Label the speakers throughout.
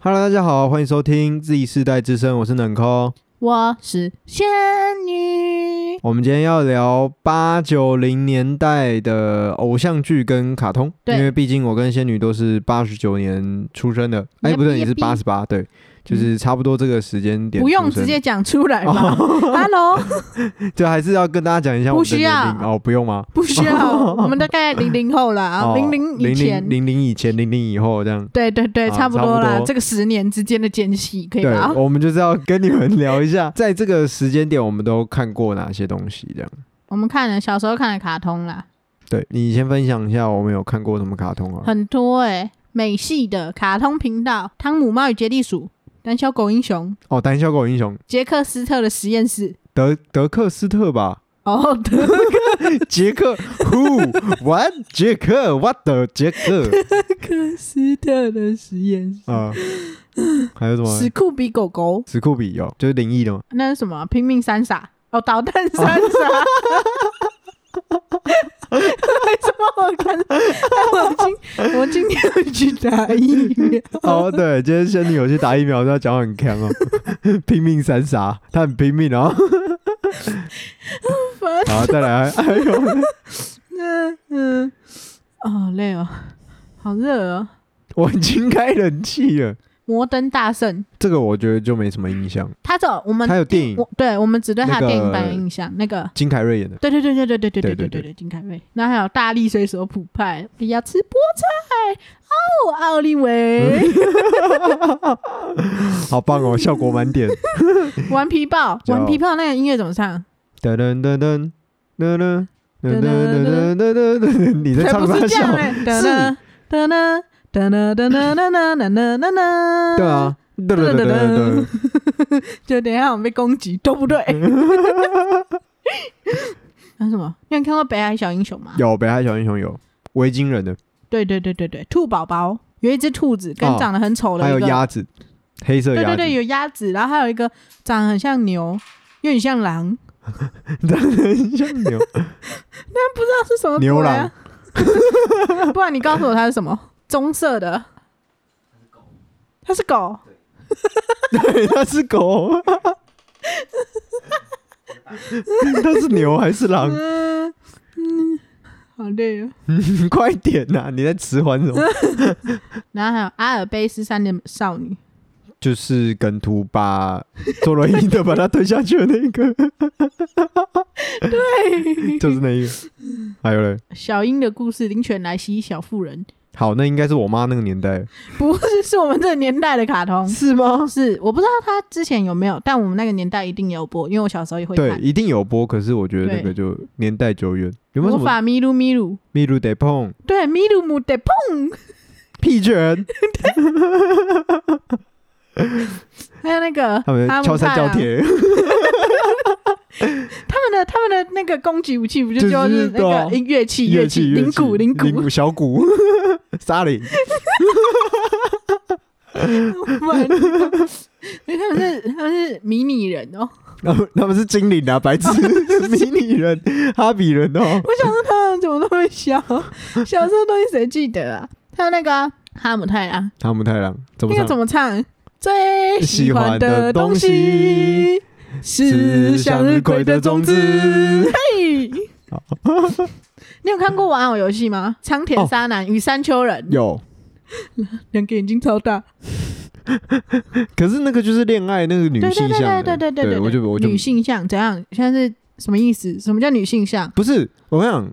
Speaker 1: Hello，大家好，欢迎收听 Z 世代之声，我是冷空。
Speaker 2: 我是仙女。
Speaker 1: 我们今天要聊八九零年代的偶像剧跟卡通，
Speaker 2: 对
Speaker 1: 因为毕竟我跟仙女都是八十九年出生的，哎，
Speaker 2: Yep,
Speaker 1: 不对，你是
Speaker 2: yep, yep
Speaker 1: 八十八，对，就是差不多这个时间点出生。哦
Speaker 2: 嗯不用直接讲出来吧 ？Hello，
Speaker 1: 就还是要跟大家讲一下
Speaker 2: 不
Speaker 1: 我们的
Speaker 2: 需
Speaker 1: 年
Speaker 2: 要
Speaker 1: 龄哦，不用吗？
Speaker 2: 不需要，我们大概零零后啦，啊零零以前，
Speaker 1: 哦零零以前，零零以后这样。
Speaker 2: 对对对，
Speaker 1: 啊
Speaker 2: 差不
Speaker 1: 差
Speaker 2: 多
Speaker 1: 不
Speaker 2: 啦
Speaker 1: 多。
Speaker 2: 这个十年之间的间隙，可以
Speaker 1: 对
Speaker 2: 吧，？哦
Speaker 1: 我们就是要跟你们聊一下， 在这个时间点我们都看过哪些东西，这样。
Speaker 2: 我们看了小时候看的卡通啦，
Speaker 1: 对你先分享一下，我们有看过什么卡通啊？
Speaker 2: 很多哎，美系的卡通频道，《汤姆猫与杰地鼠》、《胆小狗英雄》、《
Speaker 1: 哦，胆小狗英雄，
Speaker 2: 杰克斯特的实验室》。
Speaker 1: 德德克斯特吧，
Speaker 2: 哦，对，
Speaker 1: 杰克 Who What 杰克 What 的杰克
Speaker 2: 克斯特的实验室，
Speaker 1: 啊、还有什么
Speaker 2: 史？酷比狗狗，
Speaker 1: 史酷比哦，就是灵异的嘛。
Speaker 2: 那是什么？拼命三傻哦，导弹三傻。为什么我看？哎我今我今天要去打疫苗，
Speaker 1: 哦，对，今天仙女有去打疫苗，她讲话很强哦，拼命三傻，她很拼命哦。
Speaker 2: 烦
Speaker 1: 好，再来，哎呦，
Speaker 2: 嗯嗯，哦累哦，好热哦。
Speaker 1: 我已经开冷气了。
Speaker 2: 摩登大圣，
Speaker 1: 这个我觉得就没什么印象，
Speaker 2: 他这我们
Speaker 1: 他有电影
Speaker 2: 我对我们只对他
Speaker 1: 那个
Speaker 2: 电影版有印象。那个，
Speaker 1: 金凯瑞演的。
Speaker 2: 对对对对对对对
Speaker 1: 对对
Speaker 2: 对对对，金凯瑞，然后还有大力水手普派，不要吃菠菜哦，奥利维，
Speaker 1: 好棒哦，效果满点。
Speaker 2: 顽皮豹，顽皮豹那个音乐怎么唱？
Speaker 1: 噔噔噔噔噔噔噔噔噔噔噔噔，你在
Speaker 2: 才
Speaker 1: 唱
Speaker 2: 不
Speaker 1: 啥
Speaker 2: 是这样哎
Speaker 1: 笑？
Speaker 2: 嘞！噔噔噔噔噔噔噔噔噔噔噔噔噔，
Speaker 1: 对啊，，噔噔噔噔噔。
Speaker 2: 就等一下我们被攻击，都不对。
Speaker 1: 嗯
Speaker 2: 那什么？你有看过《北海小英雄》吗？
Speaker 1: 有北海小英雄有维京人的，
Speaker 2: 对对对对对，兔宝宝有一只兔子，跟
Speaker 1: 哦
Speaker 2: 长得很丑
Speaker 1: 还有
Speaker 2: 的一个，
Speaker 1: 鸭子，黑色
Speaker 2: 对
Speaker 1: 鸭
Speaker 2: 对对，
Speaker 1: 子，
Speaker 2: 有鸭子，然后还有一个长得很像牛，有点像狼，
Speaker 1: 像牛。
Speaker 2: 那是什么鬼啊
Speaker 1: 牛郎？
Speaker 2: 不然你告诉我它是什么？棕色的，它是狗，
Speaker 1: 对，它是狗。 它是牛还是狼？
Speaker 2: 嗯嗯，好累哦。
Speaker 1: 你快点呐、你在迟缓 什么？
Speaker 2: 然后还有阿尔卑斯山的少女，
Speaker 1: 就是梗图把坐轮椅的把他推下去的那个，对， 就是那一个。还有嘞，
Speaker 2: 小樱的故事，林犬莱西小妇人，
Speaker 1: 好，那应该是我妈那个年代，
Speaker 2: 不是是我们这个年代的卡通，
Speaker 1: 是吗？
Speaker 2: 是我不知道它之前有没有，但我们那个年代一定有播，因为我小时候也会
Speaker 1: 对，
Speaker 2: 看。
Speaker 1: 一定有播，可是我觉得那
Speaker 2: 对
Speaker 1: 个就年代久远，有没有什
Speaker 2: 魔
Speaker 1: 么
Speaker 2: 法咪噜咪噜，
Speaker 1: 秘鲁得碰
Speaker 2: 对咪噜姆得碰，
Speaker 1: 屁拳？
Speaker 2: 还有那个
Speaker 1: 他们
Speaker 2: 哈姆
Speaker 1: 敲山
Speaker 2: 太
Speaker 1: 叫
Speaker 2: 郎，
Speaker 1: 铁，
Speaker 2: 他们的他们的那个攻击武器不就
Speaker 1: 就
Speaker 2: 就是是那
Speaker 1: 对啊
Speaker 2: 个音乐器乐
Speaker 1: 乐
Speaker 2: 器
Speaker 1: 器乐
Speaker 2: 铃
Speaker 1: 器
Speaker 2: 鼓铃鼓
Speaker 1: 铃，鼓小鼓 沙林，
Speaker 2: 不然他们是他们是迷你人哦，
Speaker 1: 他们他们是精灵啊，白痴迷你人哈比人哦，
Speaker 2: 我想说他们怎么那么小？小时候东西谁记得啊？还有那个、啊、哈姆太郎，
Speaker 1: 汤姆太郎怎么
Speaker 2: 那个
Speaker 1: 唱
Speaker 2: 怎？么唱？最喜欢的东西是向日葵的种子。嘿， 你有看过玩偶游戏吗？苍田沙男与山丘人，
Speaker 1: 哦有，
Speaker 2: 两个眼睛超大，
Speaker 1: 可是那个就是恋爱那个女
Speaker 2: 对对
Speaker 1: 性
Speaker 2: 对
Speaker 1: 向的，
Speaker 2: 对对对
Speaker 1: 我就我就
Speaker 2: 女性向怎样？现在是什么意思？什么叫女性向？
Speaker 1: 不是我跟你讲，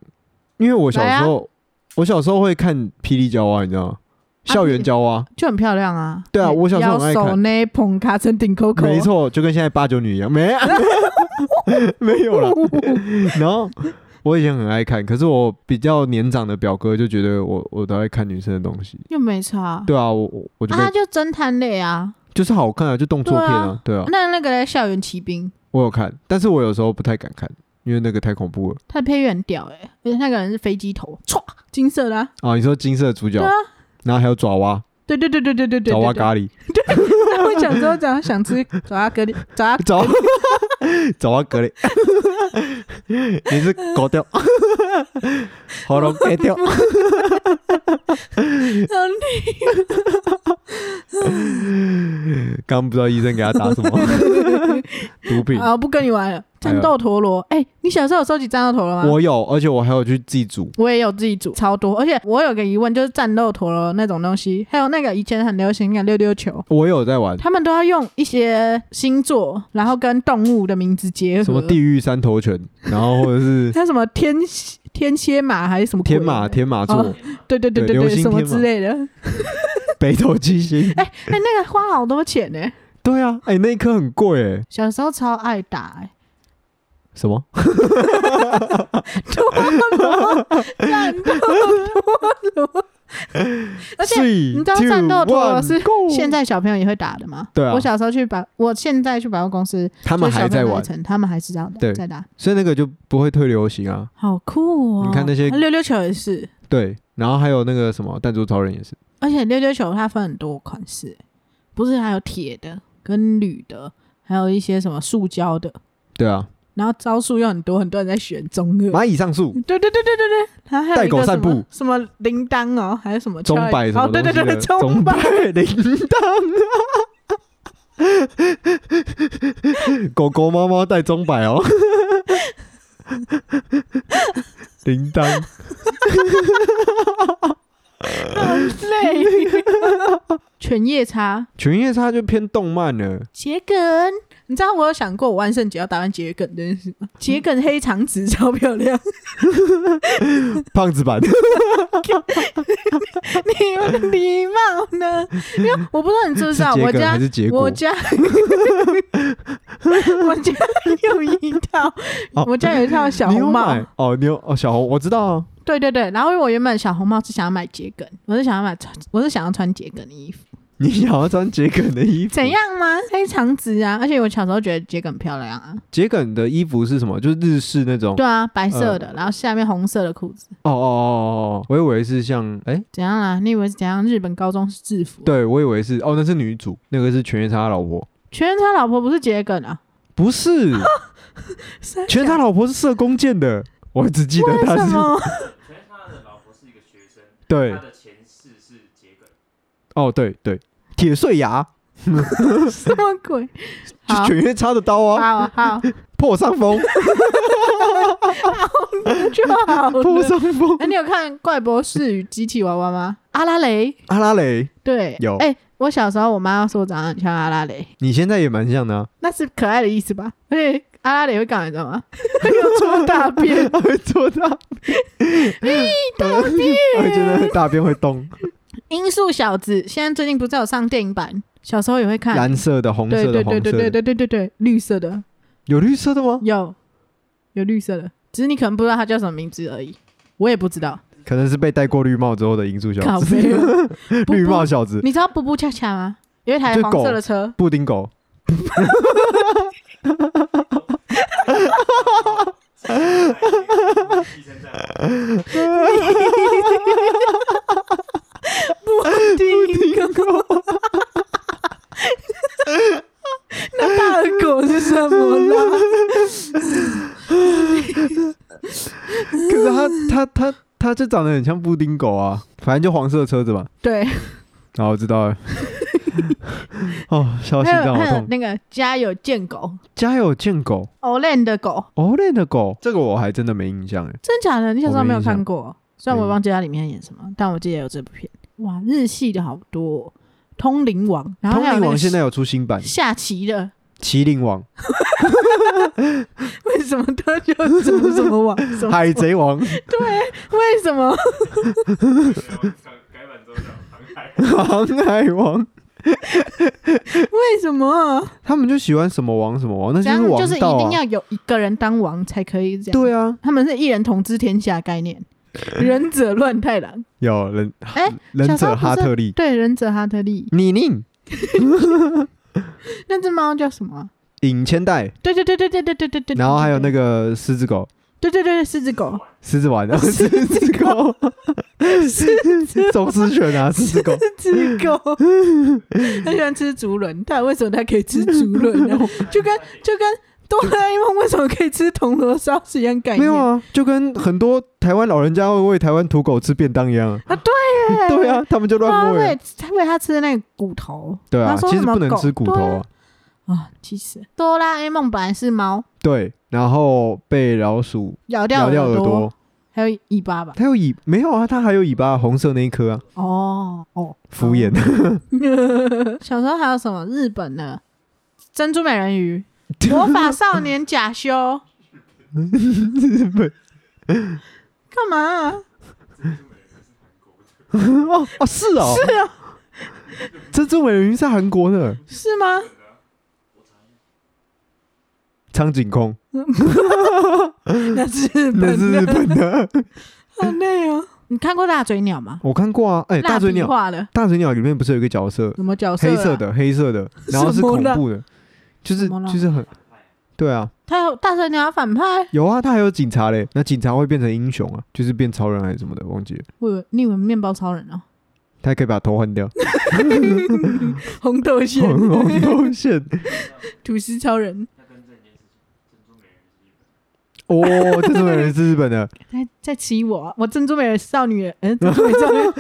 Speaker 1: 因为我小
Speaker 2: 来
Speaker 1: 时
Speaker 2: 啊啊
Speaker 1: 候、我小时候会看《霹雳娇娃》，你知道吗？校园娇娃，
Speaker 2: 就很漂亮啊！
Speaker 1: 对啊我小时候很爱看
Speaker 2: 腰手呢捧卡成顶扣扣，
Speaker 1: 没错，就跟现在八九女一样，没 啊没有啦。然后我以前很爱看，可是我比较年长的表哥就觉得我我都爱看女生的东西。
Speaker 2: 又没差。
Speaker 1: 对啊，我我我就
Speaker 2: 啊，
Speaker 1: 被、
Speaker 2: 他就侦探类啊。
Speaker 1: 就是好看啊，就动作片啊，对啊，
Speaker 2: 那那个嘞校园骑兵，
Speaker 1: 我有看，但是我有时候不太敢看，因为那个太恐怖了
Speaker 2: 他的配乐很屌哎、而且那个人是飞机头，歘，金色的、啊。
Speaker 1: 啊。你说金色的主角，
Speaker 2: 对啊
Speaker 1: 然后还有爪哇，
Speaker 2: 对对对对对对对
Speaker 1: 爪哇
Speaker 2: 对对。
Speaker 1: 咖喱，
Speaker 2: 我小时候讲想吃爪哇蛤蜊，爪哇
Speaker 1: 爪爪哇格雷， 你是狗掉， 喉咙给掉，
Speaker 2: 蛤蜊，
Speaker 1: 刚不知道医生给他打什么 毒品，
Speaker 2: 啊，不跟你玩
Speaker 1: 哎
Speaker 2: 了。战斗陀螺，哎、你小时候有收集战斗陀螺吗？
Speaker 1: 我有，而且我还有去祭祖。
Speaker 2: 我也有自己煮，超多。而且我有个疑问，就是战斗陀螺那种东西，还有那个以前很流行的溜溜球，
Speaker 1: 我有在玩
Speaker 2: 他们都要用一些星座，然后跟动物的名字结合。
Speaker 1: 什么地？狱三头拳，然后或者 是
Speaker 2: 还有什么天天蝎马还是什么鬼
Speaker 1: 天马、天马座、
Speaker 2: 哦对对对
Speaker 1: 对
Speaker 2: 对
Speaker 1: 流
Speaker 2: 对，
Speaker 1: 星
Speaker 2: 什么
Speaker 1: 天马
Speaker 2: 之类的。
Speaker 1: 北斗七星。
Speaker 2: 哎、哎、那个花好多钱呢、
Speaker 1: 对啊，哎、那一颗很贵哎、
Speaker 2: 小时候超爱打、欸，
Speaker 1: 什么？
Speaker 2: 陀螺，战斗陀螺。 而且
Speaker 1: 你
Speaker 2: 你知道战斗陀螺是现在小朋友也会打的吗？
Speaker 1: 对啊
Speaker 2: 我小时候去百，我现在去百货公司，
Speaker 1: 他们还在
Speaker 2: 就是小朋友那
Speaker 1: 玩
Speaker 2: 一，层他们还是这样
Speaker 1: 对
Speaker 2: 打，在打，
Speaker 1: 所以那个就不会退流行啊。
Speaker 2: 好酷哦！
Speaker 1: 你看那些
Speaker 2: 溜溜球也是，
Speaker 1: 对，然后还有那个什么弹珠超人也是，
Speaker 2: 而且溜溜球它分很多款式，不是还有铁的跟铝的，还有一些什么塑胶的，
Speaker 1: 对啊，
Speaker 2: 然后招数又很多，很多人在选中二。
Speaker 1: 蚂蚁上树，
Speaker 2: 对对对对对对，然后还有一
Speaker 1: 带狗
Speaker 2: 个什
Speaker 1: 散步
Speaker 2: 么什么铃铛哦，还有什么
Speaker 1: 钟摆什
Speaker 2: 哦
Speaker 1: 么，
Speaker 2: 对
Speaker 1: 东西
Speaker 2: 对对 对，
Speaker 1: 的，钟
Speaker 2: 摆
Speaker 1: 摆铃
Speaker 2: 啊
Speaker 1: 铛。狗狗、猫猫带钟摆 哦，铃铛，
Speaker 2: 很 累。犬夜叉
Speaker 1: 犬夜叉就偏动漫了。
Speaker 2: 桔梗，你知道我有想过我万圣节要打扮桔梗这件事吗？桔梗黑长直超漂亮，
Speaker 1: 嗯胖子版
Speaker 2: 你们的礼貌呢？因为我不知道你知不
Speaker 1: 是
Speaker 2: 知道，
Speaker 1: 桔
Speaker 2: 我
Speaker 1: 梗
Speaker 2: 家
Speaker 1: 还是结
Speaker 2: 我
Speaker 1: 果？
Speaker 2: 家 我家有一套，
Speaker 1: 哦
Speaker 2: 我家有一套小
Speaker 1: 你有
Speaker 2: 红帽
Speaker 1: 买。哦，你有哦，小红我知道啊，
Speaker 2: 对对对，然后因为我原本小红帽是想要买桔梗，我是想要买穿，我是想要穿桔梗的衣服，
Speaker 1: 你想要穿桔梗的衣服？
Speaker 2: 怎？样吗？黑长直啊，而且我小时候觉得桔梗漂亮啊，
Speaker 1: 桔梗的衣服是什么？就是日式那种。
Speaker 2: 对啊，白色
Speaker 1: 嗯
Speaker 2: 的，然后下面红色的裤子，
Speaker 1: 哦哦哦哦哦，我以为是像哎、
Speaker 2: 怎样啊啦？你以为是怎样？日本高中是制服？，啊
Speaker 1: 对我以为是哦，那是女主，那个是犬夜叉的老婆，
Speaker 2: 全他老婆不是桔梗啊，
Speaker 1: 不是
Speaker 2: 三啊
Speaker 1: 犬夜叉
Speaker 2: 小
Speaker 1: 老婆是射弓箭 的，我只记得她
Speaker 2: 为什
Speaker 1: 是
Speaker 2: 么？
Speaker 3: 全他的老婆是一个学生，
Speaker 1: 对
Speaker 3: 他的前世是桔梗，
Speaker 1: 哦对对，铁碎牙
Speaker 2: 什么鬼？
Speaker 1: 就
Speaker 2: 好，
Speaker 1: 犬夜叉的刀啊，
Speaker 2: 好好，
Speaker 1: 破伤风，
Speaker 2: 就好
Speaker 1: 破
Speaker 2: 了。
Speaker 1: 伤风，
Speaker 2: 哎、你有看《怪博士与机器娃娃》吗？阿拉蕾，
Speaker 1: 阿拉蕾，
Speaker 2: 对，
Speaker 1: 有
Speaker 2: 哎、我小时候我妈说我长得很像阿拉蕾，
Speaker 1: 你现在也蛮像的、啊，
Speaker 2: 那是可爱的意思吧？而且阿拉蕾会干嘛，你知道吗？又搓大便，
Speaker 1: 她会做大大便， 我觉得大便会 动，
Speaker 2: 音速小子，现在最近不是有上电影版，小时候也会看。
Speaker 1: 蓝色的、红
Speaker 2: 对
Speaker 1: 色的、
Speaker 2: 对对
Speaker 1: 黄
Speaker 2: 对
Speaker 1: 色
Speaker 2: 对
Speaker 1: 的，
Speaker 2: 对对对对，绿色的
Speaker 1: 有绿色的吗？
Speaker 2: 有有绿色的，只是你可能不知道它叫什么名字而已，我也不知道。
Speaker 1: 可能是被戴过绿帽之后的银柱小
Speaker 2: 靠
Speaker 1: 子，
Speaker 2: 背哦，布
Speaker 1: 绿帽
Speaker 2: 布，
Speaker 1: 小子，
Speaker 2: 你知道布布恰恰吗？有一台
Speaker 1: 就
Speaker 2: 黄
Speaker 1: 狗
Speaker 2: 色的车，
Speaker 1: 布丁狗，
Speaker 3: 医生在
Speaker 2: 布丁狗。那大耳狗是什么呢？
Speaker 1: 可是他他他他就长得很像布丁狗啊，反正就黄色的车子嘛。
Speaker 2: 对，
Speaker 1: 好，我知道了。 哦，消息
Speaker 2: 还有
Speaker 1: 让我
Speaker 2: 还有
Speaker 1: 痛。
Speaker 2: 那个家有贱狗
Speaker 1: 家有贱狗
Speaker 2: ，Olen 的狗，
Speaker 1: o l 的狗，这个我还真的没印象哎。
Speaker 2: 真假的？你小时候没有看过？虽然
Speaker 1: 没
Speaker 2: 我忘记它里面演什么，但我记得有这部片。哇，日系的好多、哦，《通灵王》，然后
Speaker 1: 通
Speaker 2: 还有
Speaker 1: 灵
Speaker 2: 那
Speaker 1: 王
Speaker 2: 个
Speaker 1: 现在有出新 版，
Speaker 2: 下棋的，
Speaker 1: 麒麟王、
Speaker 2: 为什么他叫什么什么王？什么？
Speaker 1: 海贼 王，
Speaker 2: 为什么？
Speaker 3: 改改版之后叫航海，
Speaker 1: 航海王，
Speaker 2: 为什么？
Speaker 1: 他们就喜欢什么王什么王，那
Speaker 2: 这样
Speaker 1: 是
Speaker 2: 就是
Speaker 1: 王
Speaker 2: 一
Speaker 1: 道
Speaker 2: 定
Speaker 1: 啊。
Speaker 2: 要有一个人当王才可以这样。
Speaker 1: 对啊，
Speaker 2: 他们是一人统治天下概念，忍者乱太郎，
Speaker 1: 有忍
Speaker 2: 哎
Speaker 1: 忍
Speaker 2: 小时候
Speaker 1: 者
Speaker 2: 不
Speaker 1: 哈
Speaker 2: 是
Speaker 1: 特利、
Speaker 2: 对，忍者哈特利。
Speaker 1: 米宁、
Speaker 2: 那只猫叫什么啊？
Speaker 1: 影千代，
Speaker 2: 对对对对对对对对对。
Speaker 1: 然后还有那
Speaker 2: 个，
Speaker 1: 个狮子狗、
Speaker 2: 对对对对，四只狗，
Speaker 1: 狮子 丸、狮子狗、 宗狮犬啊，狮子狗。
Speaker 2: 吃狗， 他喜欢吃竹轮，但为什么他可以吃竹轮呢？就跟就跟哆啦 A 梦为什么可以吃铜锣烧是一样概念？
Speaker 1: 没有啊，就跟很多台湾老人家会喂台湾土狗吃便当一样啊。
Speaker 2: 啊，对耶，
Speaker 1: 对啊，他们就乱喂
Speaker 2: 对。，他喂他吃的那个骨头
Speaker 1: 对啊
Speaker 2: 他，说
Speaker 1: 其实
Speaker 2: 什么
Speaker 1: 不能
Speaker 2: 狗
Speaker 1: 吃骨头
Speaker 2: 对啊
Speaker 1: 啊。
Speaker 2: 啊，气死！哆啦 A 梦本来是猫，
Speaker 1: 对，然后被老鼠
Speaker 2: 咬掉
Speaker 1: 咬掉
Speaker 2: 耳
Speaker 1: 耳朵，
Speaker 2: 还有尾巴吧？
Speaker 1: 它有尾没有啊？它还有尾巴，红色那一颗啊，
Speaker 2: 哦哦，
Speaker 1: 敷衍。
Speaker 2: 小时候还有什么日本的珍珠美 人鱼、魔法少年假修，
Speaker 1: 日本
Speaker 2: 干嘛啊、
Speaker 1: 哦 哦是哦，
Speaker 2: 是啊，
Speaker 1: 珍珠美人鱼是韩国的，
Speaker 2: 是吗？
Speaker 1: 苍井空
Speaker 2: 那是日
Speaker 1: 那
Speaker 2: 本
Speaker 1: 是日
Speaker 2: 的，
Speaker 1: 本的，
Speaker 2: 好累哦。你看过大嘴鸟吗？
Speaker 1: 我看过啊。哎，大嘴
Speaker 2: 蜡笔
Speaker 1: 鸟，
Speaker 2: 画的
Speaker 1: 大嘴鸟里面不是有一个角色，
Speaker 2: 什么角色、啊
Speaker 1: 黑色，的，黑色的，然后是
Speaker 2: 什么
Speaker 1: 恐
Speaker 2: 啦
Speaker 1: 怖的，就是
Speaker 2: 什么啦
Speaker 1: 就是很，对啊，
Speaker 2: 他有大嘴鸟反派。
Speaker 1: 有啊，他还有警察嘞，那警察会变成英雄啊，就是变超人还是什么的，忘记了，
Speaker 2: 我以为你以为面包超人哦，
Speaker 1: 他还可以把头换掉， 哦
Speaker 2: 红豆馅、
Speaker 1: 红红头线，
Speaker 2: 吐司超人，
Speaker 1: 哦，这种人是日本的，
Speaker 2: 在在骑我啊，我珍珠美人少女，嗯、珍珠美少女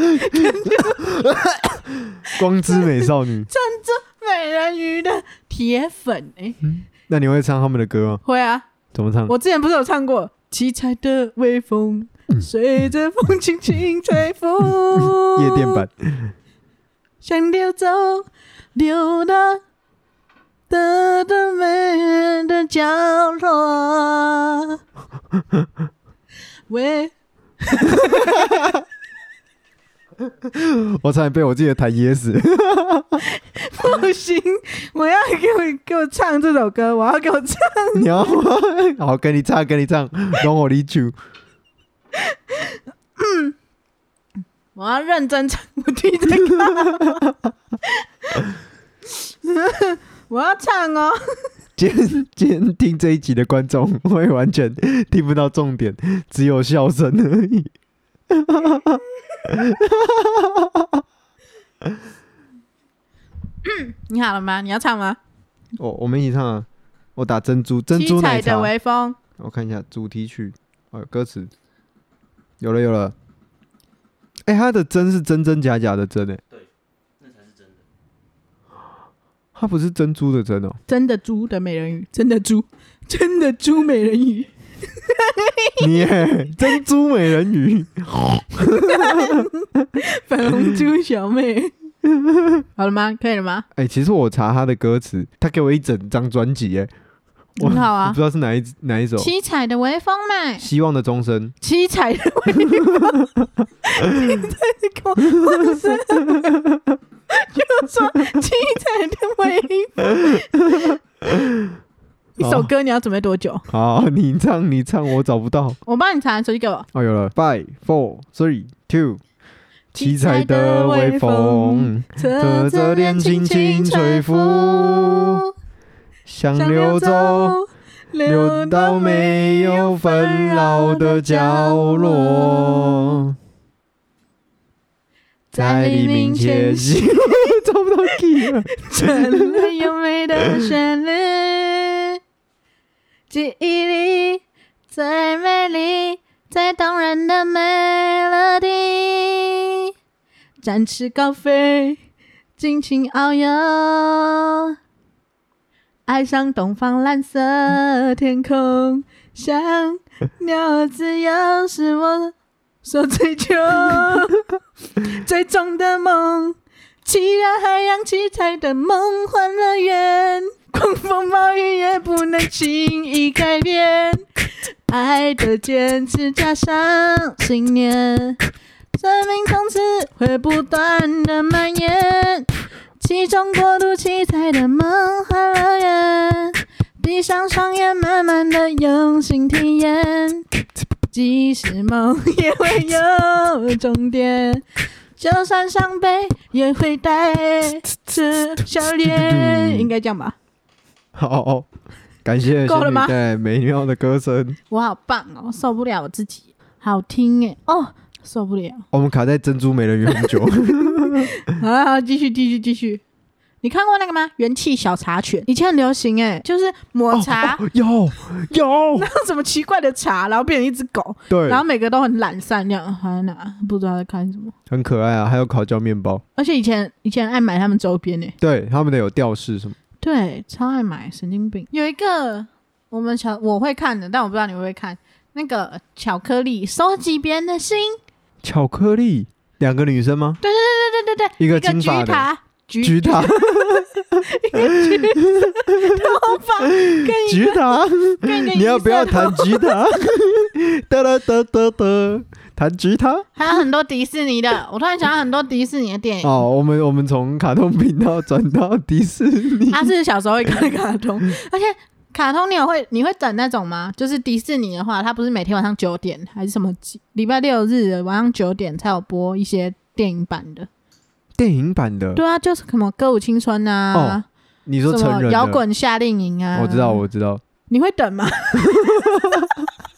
Speaker 1: 光之美少女，
Speaker 2: 美人鱼的铁粉哎、
Speaker 1: 那你会唱他们的歌吗？
Speaker 2: 会啊，
Speaker 1: 怎么唱？
Speaker 2: 我之前不是有唱过七彩的微风，
Speaker 1: 嗯
Speaker 2: 随着风轻轻吹拂，
Speaker 1: 夜店版，
Speaker 2: 想溜走，溜达的的美人的角落。喂，
Speaker 1: 我差点被我自己的痰噎死。
Speaker 2: 不行，我要给我给我唱这首歌，我要给我唱，
Speaker 1: 你要吗？好，跟你唱，跟你唱，让我离去。
Speaker 2: 我要认真唱，我听这个， 我要唱哦。
Speaker 1: 今天今天听这一集的观众会完全听不到重点，只有笑声而已。
Speaker 2: 你好了吗？你要唱吗？
Speaker 1: 我我们一起唱啊！我打珍珠珍珠
Speaker 2: 七
Speaker 1: 奶
Speaker 2: 彩
Speaker 1: 茶
Speaker 2: 的，微风，
Speaker 1: 我看一下主题曲，哦，歌词有了有了。哎、它的真是真真假假的真哎、它不是珍珠的真哦、
Speaker 2: 真的猪的美人鱼，真的猪， 真的猪美人鱼，
Speaker 1: 你耶珍珠美人鱼，
Speaker 2: 粉红猪小妹。 好了吗？可以了吗？
Speaker 1: 哎、其实我查他的歌词，他给我一整张专辑，哎，我
Speaker 2: 很好啊
Speaker 1: 我不知道是哪一哪一首，《
Speaker 2: 七彩的微风嘛，
Speaker 1: 希望的钟声》
Speaker 2: 七彩的微风， 你在跟我换声，就说七彩的微风。一首歌你要准备多久？
Speaker 1: 好，你唱你唱，我找不到。
Speaker 2: 我帮你查，手机给我。
Speaker 1: 哦，有了，Five, Four, Three, Two。七
Speaker 2: 七
Speaker 1: 彩
Speaker 2: 彩
Speaker 1: 的
Speaker 2: 的
Speaker 1: 微
Speaker 2: 微
Speaker 1: 风
Speaker 2: 风，
Speaker 1: 侧着脸轻轻吹拂，想
Speaker 2: 想
Speaker 1: 溜
Speaker 2: 溜
Speaker 1: 走，
Speaker 2: 走，
Speaker 1: 溜到没有烦扰的角落，在黎明前夕， 找不到 key 了。
Speaker 2: 传来优美的旋律，记忆里最美丽、最动人的 melody，展翅高飞，尽情遨游，爱上东方蓝色天空，像鸟儿自由是我所追求 最终的梦。七大海洋，七彩的梦幻乐园，狂风暴雨也不能轻易改变。爱的坚持加上信念，生命从此会不断的蔓延。其中国度七彩的梦幻乐园，闭上双眼，慢慢的用心体验。即使梦也会有终点，就算伤悲也会带着笑脸。应该这样吧？
Speaker 1: 好，感谢
Speaker 2: 够了
Speaker 1: 仙女
Speaker 2: 吗
Speaker 1: 带来美妙的歌声。
Speaker 2: 我好棒哦，受不了我自己，好听耶！哦，受不了。
Speaker 1: 我们卡在珍珠美人鱼很久，
Speaker 2: 好好，继续，继续，继续。你看过那个吗？元气小茶犬以前很流行哎、就是抹茶，
Speaker 1: 哦有有，
Speaker 2: 然 后什么奇怪的茶，然后变成一只狗，
Speaker 1: 对
Speaker 2: 然，后每个都很懒散，那样还在哪不知道在看什么。
Speaker 1: 很可爱啊，还有烤焦面包，
Speaker 2: 而且以前以前爱买他们周边呢、欸
Speaker 1: 对，他们的有吊饰什么，
Speaker 2: 对，超爱买，神经病。有一个我们小我会看的，但我不知道你会不会看那个巧克力收集别人的心，
Speaker 1: 巧克力，两个女生吗？
Speaker 2: 对对对对，
Speaker 1: 一个
Speaker 2: 一个
Speaker 1: 金
Speaker 2: 菊
Speaker 1: 发的
Speaker 2: 塔菊
Speaker 1: 菊 塔，
Speaker 2: 头发跟一
Speaker 1: 菊塔，
Speaker 2: 跟一个
Speaker 1: 你要不要
Speaker 2: 银色头
Speaker 1: 弹吉他？ 哒哒哒哒哒，弹吉他。
Speaker 2: 还有很多迪士尼的，我突然想到很多迪士尼的电影。
Speaker 1: 哦，我们我们从卡通频道转到迪士尼，
Speaker 2: 他是小时候会看的卡通，
Speaker 1: 嗯
Speaker 2: 而且卡通你有会你会等那种吗？就是迪士尼的话，它不是每天晚上九点还是什么几礼拜六日的晚上九点才有播一些电影版的？
Speaker 1: 嗯电影版的，
Speaker 2: 对啊，就是什么歌舞青春啊，
Speaker 1: 哦你
Speaker 2: 什
Speaker 1: 说成人
Speaker 2: 么
Speaker 1: 的
Speaker 2: 摇，滚夏令营啊，
Speaker 1: 我知道，我知道，
Speaker 2: 你会等吗？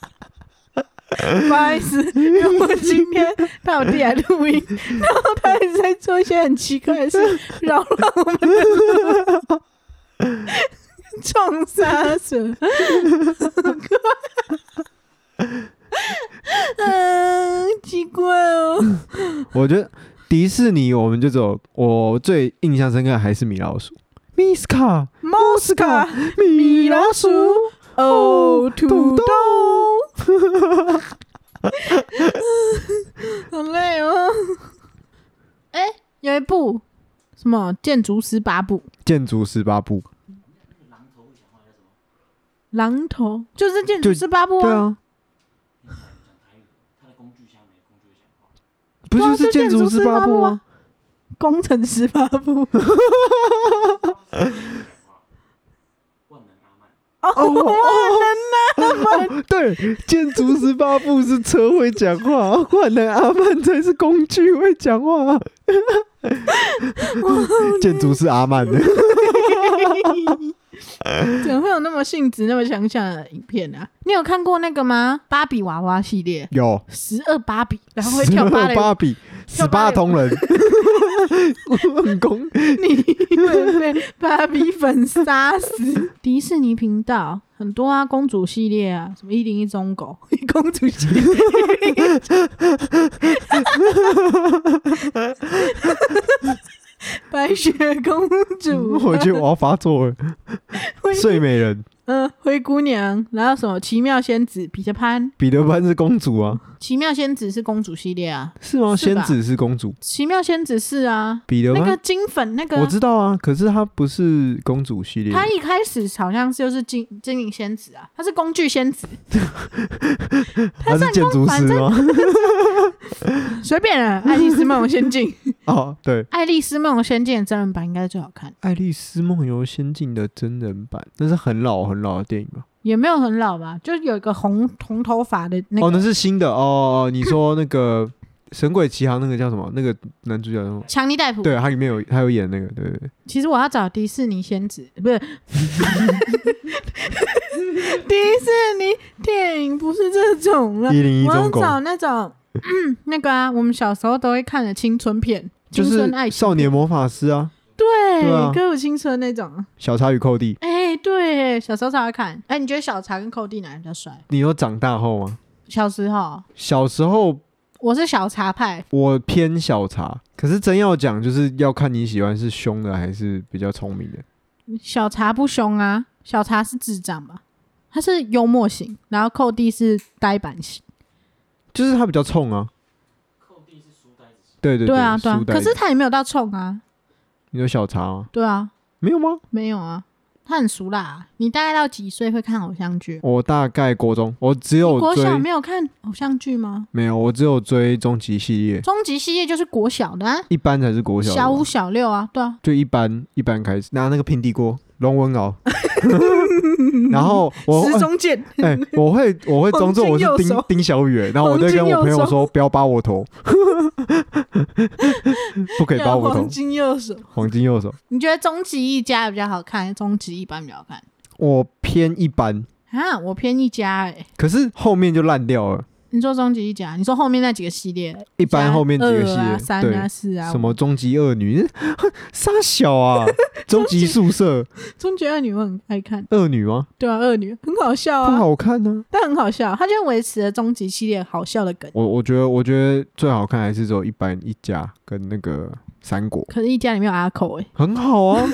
Speaker 2: 不好意思，因为我今天带我弟来录音，然后他一直在做一些很奇怪的事，扰乱我们的录音冲杀者，很怪嗯，奇怪哦，
Speaker 1: 我觉得迪士尼我们就走，我最印象深刻的还是米老鼠。米斯卡，
Speaker 2: 猫
Speaker 1: 斯卡，米老鼠，
Speaker 2: 哦，土
Speaker 1: 土
Speaker 2: 豆
Speaker 1: 豆，
Speaker 2: 好累哦。哎、有一部什么《建筑师八部》，
Speaker 1: 建筑十八部，
Speaker 2: 狼头就是《建筑师八部》
Speaker 1: 对
Speaker 2: 啊，
Speaker 1: 啊，不
Speaker 2: 对啊
Speaker 1: 就是
Speaker 2: 就
Speaker 1: 建
Speaker 2: 建筑
Speaker 1: 筑
Speaker 2: 师
Speaker 1: 十八部
Speaker 2: 八部
Speaker 1: 吗
Speaker 2: 啊？工程师八 部》哦。
Speaker 1: 哦
Speaker 2: 万能啊！
Speaker 1: 哦，对，建筑十八部是车会讲话，万能阿曼才是工具会讲 话。建筑是阿曼的，
Speaker 2: 怎么会有那么性质、那么想想的影片啊？你有看过那个吗？芭比娃娃系列，
Speaker 1: 有
Speaker 2: 十二芭比，然后会
Speaker 1: 十
Speaker 2: 跳芭
Speaker 1: 二
Speaker 2: 蕾
Speaker 1: 芭比，
Speaker 2: 跳
Speaker 1: 十
Speaker 2: 芭
Speaker 1: 八
Speaker 2: 蕾
Speaker 1: 铜人， 很公
Speaker 2: 你会被芭比粉杀死。 迪士尼频道很多啊，公主系列啊，什么一零一忠 狗、公主系列，白雪公主，
Speaker 1: 我觉得我要发作了。
Speaker 2: 灰
Speaker 1: 睡美人，
Speaker 2: 嗯、灰姑娘，然后什么奇妙仙子、彼得潘，
Speaker 1: 彼得潘是公主啊，
Speaker 2: 奇妙仙子是公主系列啊，
Speaker 1: 是吗？
Speaker 2: 是
Speaker 1: 仙
Speaker 2: 吧
Speaker 1: 子是公主，
Speaker 2: 奇妙仙子是啊，
Speaker 1: 彼得
Speaker 2: 那个
Speaker 1: 潘
Speaker 2: 金粉那个
Speaker 1: 我
Speaker 2: 啊。
Speaker 1: 知道啊，可是她不是公主系列，
Speaker 2: 她一开始好像就是精精灵仙子啊，她是工具仙子，
Speaker 1: 她是建筑
Speaker 2: 反
Speaker 1: 师
Speaker 2: 正
Speaker 1: 吗？
Speaker 2: 随便啊，《爱丽丝梦游仙境》《
Speaker 1: 哦，对，
Speaker 2: 爱丽丝梦游仙境》的真人版应该是最好看，
Speaker 1: 《爱丽丝梦游仙境》的真人版，那是很老很老的电影吧？
Speaker 2: 也没有很老吧，就是有一个红红头发的那
Speaker 1: 哦，
Speaker 2: 个
Speaker 1: 那是新的哦。哦你说那个《神鬼奇航》那个叫什么？那个男主角叫什么？
Speaker 2: 强尼戴普。
Speaker 1: 对，啊他里面有他有演那个，对对对，
Speaker 2: 其实我要找迪士尼仙子，不是 迪士尼电影，不是这种了。
Speaker 1: 一零一
Speaker 2: 我要
Speaker 1: 中狗
Speaker 2: 找那种、 嗯、那个啊，我们小时候都会看的青春片，
Speaker 1: 就
Speaker 2: 青
Speaker 1: 是
Speaker 2: 春爱
Speaker 1: 《
Speaker 2: 情
Speaker 1: 少年魔法师》啊，
Speaker 2: 对
Speaker 1: 对啊
Speaker 2: 歌舞青春那种。
Speaker 1: 《小茶与寇弟》。
Speaker 2: 哎、对，小时候才会看。哎、你觉得小茶跟寇弟哪个比较帅？
Speaker 1: 你有长大后吗？
Speaker 2: 小时候
Speaker 1: 小时候
Speaker 2: 我是小茶派，
Speaker 1: 我偏小茶，可是真要讲，就是要看你喜欢是凶的还是比较聪明的。
Speaker 2: 小茶不凶啊，小茶是智障吧？他是幽默型，然后寇弟是呆板型。
Speaker 1: 就是他比较冲啊。对对
Speaker 2: 对啊，对啊
Speaker 1: 书。呆
Speaker 2: 可
Speaker 1: 子
Speaker 2: 是他也没有到冲啊，
Speaker 1: 你有小茶吗？
Speaker 2: 对啊，
Speaker 1: 没有吗？
Speaker 2: 没有啊，他很熟啦、你大概到几岁会看偶像剧？啊
Speaker 1: 我大概国中，我只
Speaker 2: 你
Speaker 1: 有
Speaker 2: 国
Speaker 1: 追
Speaker 2: 小没有看偶像剧吗？
Speaker 1: 没有，我只有追终极系列，
Speaker 2: 终极系列就是国小的、啊，
Speaker 1: 一般才是国小的吧
Speaker 2: 小五、小六啊，对啊，
Speaker 1: 就一般一般开始拿那个平底锅龙纹鳌， 然后我
Speaker 2: 时钟剑，
Speaker 1: 哎、我会我会装作我是
Speaker 2: 黄金右
Speaker 1: 丁
Speaker 2: 手
Speaker 1: 丁小雨、欸然后我
Speaker 2: 黄
Speaker 1: 在
Speaker 2: 金
Speaker 1: 跟我朋
Speaker 2: 右
Speaker 1: 友
Speaker 2: 手
Speaker 1: 说不要扒我头， 不可以扒
Speaker 2: 要
Speaker 1: 我头
Speaker 2: 黄，金右手。
Speaker 1: 黄金右手，
Speaker 2: 你觉得终极一家比较好看，还是终极一班比较好看？
Speaker 1: 我偏一般，
Speaker 2: 啊，我偏一家哎、
Speaker 1: 可是后面就烂掉了。
Speaker 2: 你说终极一家，你说后面那几个系列，
Speaker 1: 一般后面几个系
Speaker 2: 一家二啊
Speaker 1: 列，
Speaker 2: 啊、三
Speaker 1: 对
Speaker 2: 啊、四啊，
Speaker 1: 什么终极恶女，傻小啊，终极宿舍
Speaker 2: 终结二女我很爱看，
Speaker 1: 恶女吗？
Speaker 2: 对啊，二女很好笑
Speaker 1: 不
Speaker 2: 啊，
Speaker 1: 好看呢、
Speaker 2: 但很好笑，它就维持了终极系列好笑的梗。
Speaker 1: 我我觉得，我觉得最好看还是只有一般一家跟那个三国，
Speaker 2: 可是，一家里面有阿口哎、
Speaker 1: 很好 啊。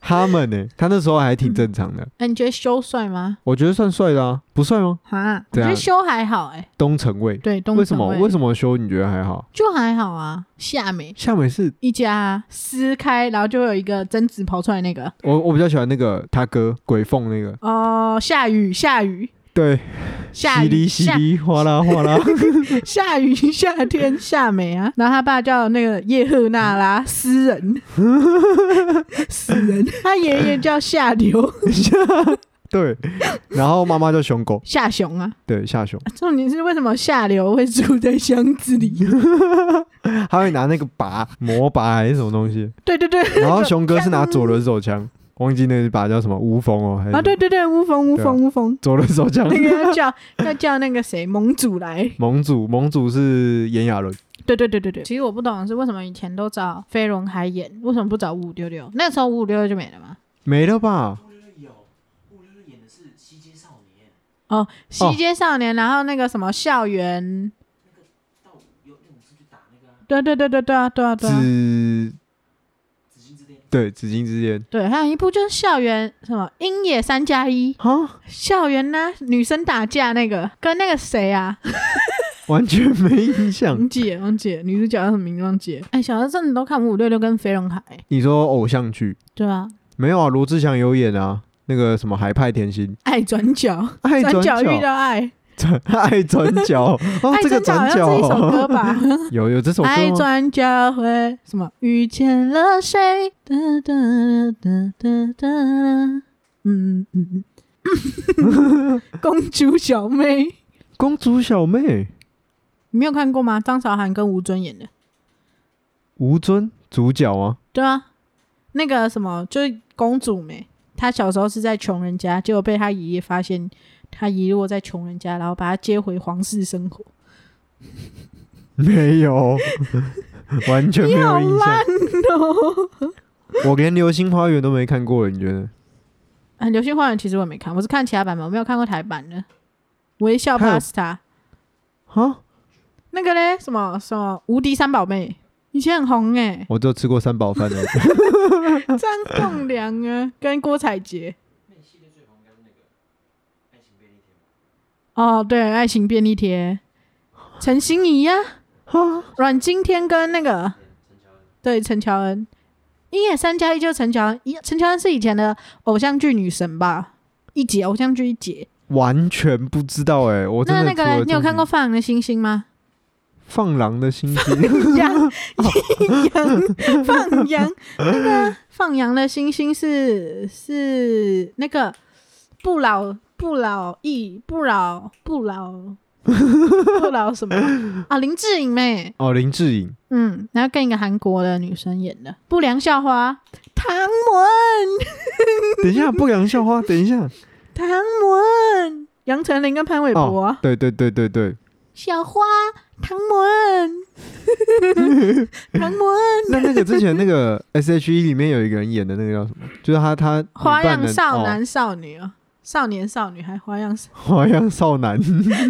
Speaker 1: 哈们呢、欸他那时候还挺正常的，
Speaker 2: 哎、你觉得修帅吗？
Speaker 1: 我觉得算帅的啊，不帅吗？
Speaker 2: 啊，我
Speaker 1: 怎样
Speaker 2: 觉得修还好哎、
Speaker 1: 东城卫，
Speaker 2: 对，东
Speaker 1: 为什么？为
Speaker 2: 么
Speaker 1: 什么修你觉得还好？
Speaker 2: 就还好啊？夏美
Speaker 1: 夏美是
Speaker 2: 一家啊撕开，然后就会有一个贞子跑出来那个
Speaker 1: 我我比较喜欢那个他哥鬼凤那个，
Speaker 2: 哦、下雨下雨
Speaker 1: 对，
Speaker 2: 下
Speaker 1: 稀
Speaker 2: 雨
Speaker 1: 里稀
Speaker 2: 下
Speaker 1: 里哗啦哗啦，
Speaker 2: 下雨夏天夏美啊，然后他爸叫那个叶赫那拉 诗人，诗人，他爷爷叫夏流
Speaker 1: 对，然后妈妈叫熊狗，
Speaker 2: 夏熊啊。
Speaker 1: 对，夏熊，
Speaker 2: 重点是为什么夏流会住在箱子里？
Speaker 1: 他会拿那个拔魔拔还是什么东 西，
Speaker 2: 对对对，
Speaker 1: 然后熊哥是拿左轮手枪，忘记那把叫什么无风哦，还是
Speaker 2: 啊对对对，乌风乌
Speaker 1: 对啊
Speaker 2: 风乌风，
Speaker 1: 左轮手枪
Speaker 2: 那。个要叫 要叫那个谁盟主来。
Speaker 1: 盟主，盟主是炎亚纶，
Speaker 2: 对对对对对，其实我不懂的是为什么以前都找飞轮海演，为什么不找五五六六？那时候五五六六就没了嘛。
Speaker 1: 没了吧？
Speaker 3: 五六六有，五六六演的是《西街少年
Speaker 1: 哦
Speaker 2: 西街少年，然后那个什么校园，》，
Speaker 3: 到五有那种是去打那个啊
Speaker 2: 对对对对对啊对啊对啊。
Speaker 1: 紫
Speaker 3: 紫禁之巅，
Speaker 1: 对紫禁之巅
Speaker 2: 对，还有一部就是校园什么鹰野三加一，
Speaker 1: 啊，
Speaker 2: 校园呢、女生打架那个，跟那个谁啊，
Speaker 1: 嗯完全没印象。
Speaker 2: 忘记了忘记了女主角叫什么名字忘记了。哎，小时候真的都看五五六六跟飞轮海、
Speaker 1: 你说偶像剧
Speaker 2: 对啊，
Speaker 1: 没有啊？罗志祥有演啊，那个什么海派甜心，
Speaker 2: 爱转角，
Speaker 1: 爱转角
Speaker 2: 角遇到爱，
Speaker 1: 转爱转角， 哦
Speaker 2: 爱，
Speaker 1: 这个转
Speaker 2: 转角好像是
Speaker 1: 角
Speaker 2: 一首歌
Speaker 1: 哦
Speaker 2: 吧？
Speaker 1: 有有这首歌
Speaker 2: 爱
Speaker 1: 吗？
Speaker 2: 转角会什么遇见了谁？哒哒哒哒哒，嗯嗯嗯， 公主小妹。
Speaker 1: 公主小妹，
Speaker 2: 你没有看过吗？张韶涵跟吴尊演的，
Speaker 1: 吴尊主角啊，
Speaker 2: 对啊，那个什么就是公主没，她小时候是在穷人家，结果被她爷爷发现她遗落在穷人家，然后把她接回皇室生活。
Speaker 1: 没有， 完全没
Speaker 2: 你好
Speaker 1: 有印象
Speaker 2: 烂。哦！
Speaker 1: 我连《流星花园》都没看过，你觉得？
Speaker 2: 啊，《流星花园》其实我也没看，我是看其他版本，我没有看过台版的《微笑
Speaker 1: 还有
Speaker 2: Pasta》。
Speaker 1: 啊，
Speaker 2: 那个嘞，什么什么《无敌三宝妹》，以前很红哎、
Speaker 1: 我就吃过三宝 饭的。
Speaker 2: 张栋梁啊，跟郭采洁。哦，对，《爱情便利贴》，陈欣怡呀、阮经天跟那个，对，陈乔恩，一眼三加一就是陈乔恩，一陈乔恩是以前的偶像剧女神吧，一姐偶像剧一姐。
Speaker 1: 完全不知道哎、我真
Speaker 2: 那
Speaker 1: 的
Speaker 2: 那个
Speaker 1: 除
Speaker 2: 嘞
Speaker 1: 了，
Speaker 2: 你有
Speaker 1: 终
Speaker 2: 看
Speaker 1: 极
Speaker 2: 过《放羊的星星》吗？
Speaker 1: 放狼的星星？
Speaker 2: 羊，羊，放羊，那个放羊的星星是是那个不老不老易不老不老不老什么啊？林志颖妹，
Speaker 1: 哦，林志颖，
Speaker 2: 嗯，然后跟一个韩国的女生演的《不良校花》，唐文，
Speaker 1: 等一下，不良校花，等一下，
Speaker 2: 唐文，杨丞琳跟潘玮柏啊、
Speaker 1: 对对对对对，
Speaker 2: 小花，唐文， 唐文，
Speaker 1: 那那个之前那个 S H E 里面有一个人演的那个叫什么？就是他他
Speaker 2: 花
Speaker 1: 女扮
Speaker 2: 样
Speaker 1: 的
Speaker 2: 少
Speaker 1: 哦
Speaker 2: 男少女啊。少年少女还花 样少
Speaker 1: 花样少 男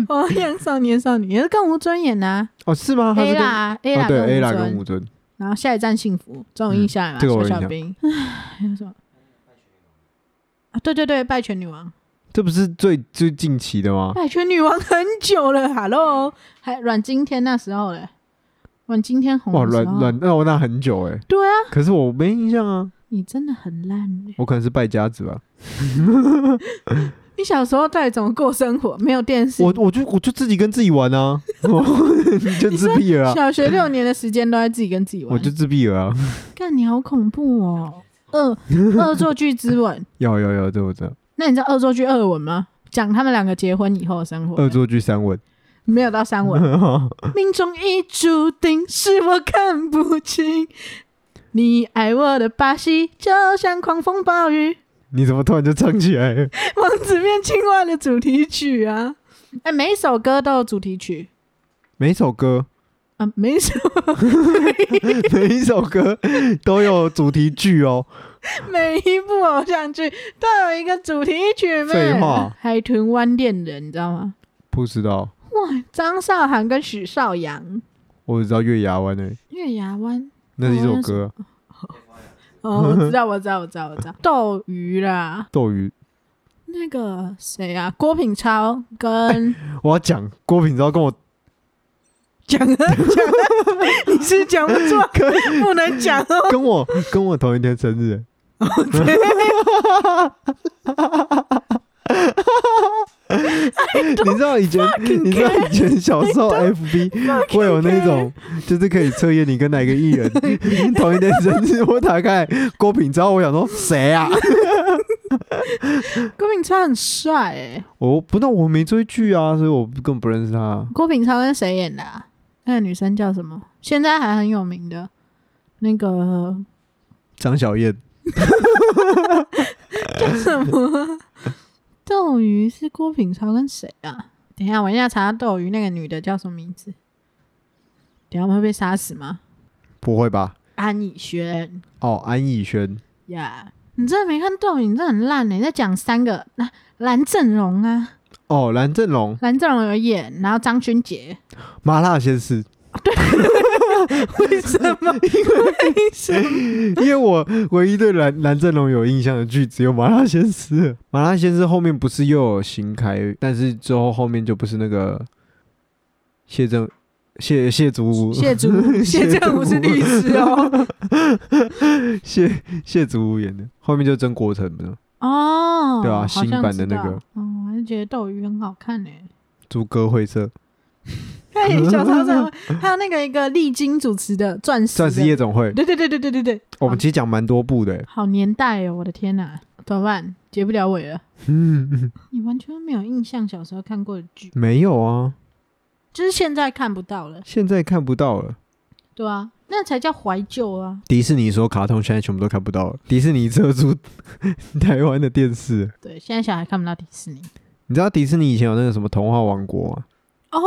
Speaker 2: 花样少年少女也是跟吴尊演的、啊、
Speaker 1: 哦，是吗？他是
Speaker 2: ，A
Speaker 1: 跟
Speaker 2: 啦 A
Speaker 1: 哦
Speaker 2: 啦
Speaker 1: 对 A 啦
Speaker 2: 跟
Speaker 1: 跟
Speaker 2: 吴
Speaker 1: 吴
Speaker 2: 尊，
Speaker 1: 尊，
Speaker 2: 然后下一站幸福，这种印象啊，
Speaker 1: 这个我
Speaker 2: 小
Speaker 1: 有印象
Speaker 2: 小兵， 唉，还有什么啊？对对对，拜权女王，
Speaker 1: 这不是最最近期的吗？
Speaker 2: 拜权女王很久了，Hello，还阮经天那时候嘞，阮经天红
Speaker 1: 哇，
Speaker 2: 的
Speaker 1: 软
Speaker 2: 时候，
Speaker 1: 软哦，那很久哎、
Speaker 2: 对啊，
Speaker 1: 可是我没印象啊，
Speaker 2: 你真的很烂欸
Speaker 1: 我可能是败家子吧。
Speaker 2: 你小时候到底怎么过生活？没有电视，
Speaker 1: 我我就我就自己跟自己玩啊， 我你就自闭了啊，
Speaker 2: 小学六年的时间都在自己跟自己玩，
Speaker 1: 我就自闭了啊。
Speaker 2: 干你好恐怖 哦！恶恶作剧之吻，
Speaker 1: 有有有，这我知道。
Speaker 2: 那你知道恶作剧二吻吗？讲他们两个结婚以后的生活
Speaker 1: 恶，作剧三吻，
Speaker 2: 没有到 三吻。命中已注定，是我看不清。你爱我的把戏，就像狂风暴雨，
Speaker 1: 你怎么突然就唱起来了？
Speaker 2: 王子变青蛙的主题曲啊！哎、每一首歌都有主题曲，
Speaker 1: 每一首歌
Speaker 2: 啊，没什么，
Speaker 1: 每一首歌都有主题剧哦。
Speaker 2: 每一部偶像剧都有一个主题曲嘛。
Speaker 1: 废话
Speaker 2: 海豚湾恋人，你知道吗？
Speaker 1: 不知道，
Speaker 2: 哇，张韶涵跟许绍洋，
Speaker 1: 我只知道月牙湾诶、
Speaker 2: 月牙湾。
Speaker 1: 那是一首歌。
Speaker 2: 哦，我知道，我知道，我知道，我知道，斗鱼啦，
Speaker 1: 斗鱼，
Speaker 2: 那个谁啊，郭品超跟
Speaker 1: 我要讲郭品超跟我
Speaker 2: 哎讲啊讲啊，你是讲不出来，不能讲哦。
Speaker 1: 跟我跟我同一天生日欸、
Speaker 2: 啊
Speaker 1: 你知道以前， 你知道以前小时候 FB 会有那种，就是可以测验你跟哪个艺 人同一天生日。 我打开郭品超，我想说谁啊？
Speaker 2: 郭品超很帅哎，
Speaker 1: 我不知道，我没追剧啊，所以我根本不认识他。
Speaker 2: 郭品超跟谁演的、啊？那个女生叫什么？现在还很有名的，那 个
Speaker 1: 张小燕，
Speaker 2: 叫什么？斗鱼是郭品超跟谁啊？等一下，我一定要查查斗鱼那个女的叫什么名字。等一下我们会被杀死吗？
Speaker 1: 不会吧？
Speaker 2: 安以轩
Speaker 1: 哦，安以轩，
Speaker 2: 呀你真的没看斗鱼，你真的很烂呢、欸你在讲三个那蓝正荣啊，
Speaker 1: 哦，蓝正龙，
Speaker 2: 蓝正荣有演，然后张勋 杰，
Speaker 1: 麻辣鲜师。
Speaker 2: 为什么？为什么？
Speaker 1: 因为我唯一对蓝蓝正龙有印象的剧只有《麻辣鲜师》了，《麻辣鲜师》后面不是又有新开，但是之后后面就不是那个谢正谢谢祖
Speaker 2: 谢祖武谢正武是律师哦。
Speaker 1: 谢谢祖武演的，后面就曾国成的
Speaker 2: 哦，
Speaker 1: 对啊
Speaker 2: 好像
Speaker 1: 新版的那个
Speaker 2: 知道，哦，我还是觉得斗鱼很好看呢、欸。
Speaker 1: 猪哥会社，
Speaker 2: 嘿，小 超超，还有那个一个丽晶主持的《钻石》，
Speaker 1: 钻石夜总会。
Speaker 2: 对对对对对对对，
Speaker 1: 我们其实讲蛮多部的欸，
Speaker 2: 好年代哦！我的天哪，怎么办？结不了尾 了。
Speaker 1: 嗯，
Speaker 2: 你完全没有印象小时候看过的剧，
Speaker 1: 没有啊，
Speaker 2: 就是现在看不到了，
Speaker 1: 现在看不到了。
Speaker 2: 对啊，那才叫怀旧啊！
Speaker 1: 迪士尼说卡通现在全部都看不到了，迪士尼遮住 台湾的电视。
Speaker 2: 对，现在小孩看不到迪士尼。
Speaker 1: 你知道迪士尼以前有那个什么童话王国吗？
Speaker 2: 哦，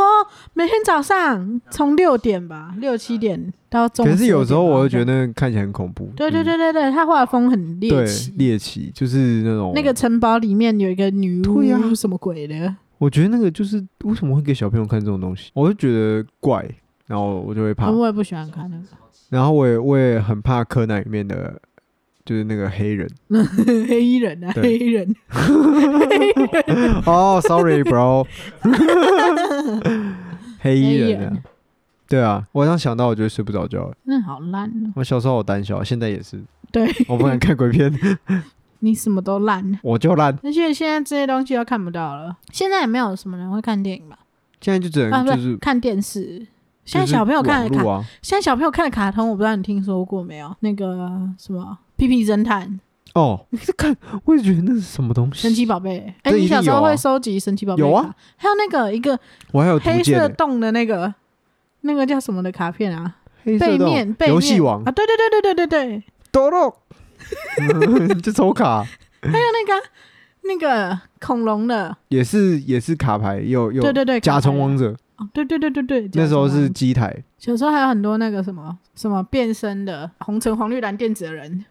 Speaker 2: 每天早上从六点吧，六七点到中。
Speaker 1: 可是有时候我
Speaker 2: 会
Speaker 1: 会觉，得那看起来很恐怖。
Speaker 2: 对对
Speaker 1: 嗯
Speaker 2: 对对对，他画风很猎
Speaker 1: 对
Speaker 2: 奇。
Speaker 1: 猎奇，就是那种
Speaker 2: 那个城堡里面有一个女
Speaker 1: 对啊
Speaker 2: 巫，什么鬼的？
Speaker 1: 我觉得那个就是为什么会给小朋友看这种东西，我就觉得怪，然后我就会怕，
Speaker 2: 我也不喜欢看那个。
Speaker 1: 然后我也我也很怕柯南里面的，就是那个黑人。
Speaker 2: 黑衣人啊，黑
Speaker 1: 对
Speaker 2: 衣人，
Speaker 1: 哦、s o r r y bro，黑衣
Speaker 2: 黑衣
Speaker 1: 人、啊
Speaker 2: 人，
Speaker 1: 对啊，晚上想到我就会睡不着觉了。
Speaker 2: 真的好烂哦！
Speaker 1: 我小时候好胆小，现在也是，
Speaker 2: 对
Speaker 1: 我不敢看鬼片，
Speaker 2: 你什么都烂，
Speaker 1: 我就烂。
Speaker 2: 而且现在这些东西都看不到了。现在也没有什么人会看电影吧？
Speaker 1: 现在就只
Speaker 2: 啊，
Speaker 1: 能
Speaker 2: 不
Speaker 1: 嗯就是。
Speaker 2: 看电视。现在
Speaker 1: 就是
Speaker 2: 小朋友看
Speaker 1: 网
Speaker 2: 的卡，
Speaker 1: 络啊，
Speaker 2: 现在小朋友看的卡通，我不知道你听说过没有？那个什么《屁屁侦探》《
Speaker 1: 哦，你是看，我也觉得那是什么东西。
Speaker 2: 神奇宝贝》哎、
Speaker 1: 这一定
Speaker 2: 你小时候
Speaker 1: 有啊
Speaker 2: 会收集神奇宝贝？
Speaker 1: 有啊，
Speaker 2: 还有那个一个
Speaker 1: 我还有图
Speaker 2: 黑
Speaker 1: 鉴
Speaker 2: 色
Speaker 1: 呢，
Speaker 2: 洞的那个，那个叫什么的卡片啊？
Speaker 1: 黑色的那
Speaker 2: 背
Speaker 1: 种
Speaker 2: 面背面
Speaker 1: 游戏王
Speaker 2: 啊，，对对对对对对对，
Speaker 1: 多 肉，就抽卡，
Speaker 2: 还有那个啊那个恐龙的，
Speaker 1: 也是也是卡牌，有有
Speaker 2: 对对对，
Speaker 1: 甲
Speaker 2: 卡牌
Speaker 1: 虫王者，
Speaker 2: 哦，对对对对对，
Speaker 1: 那时候
Speaker 2: 假装
Speaker 1: 是
Speaker 2: 王
Speaker 1: 机台，
Speaker 2: 小时候还有很多那个什么什么变身的红橙黄绿蓝靛紫的人，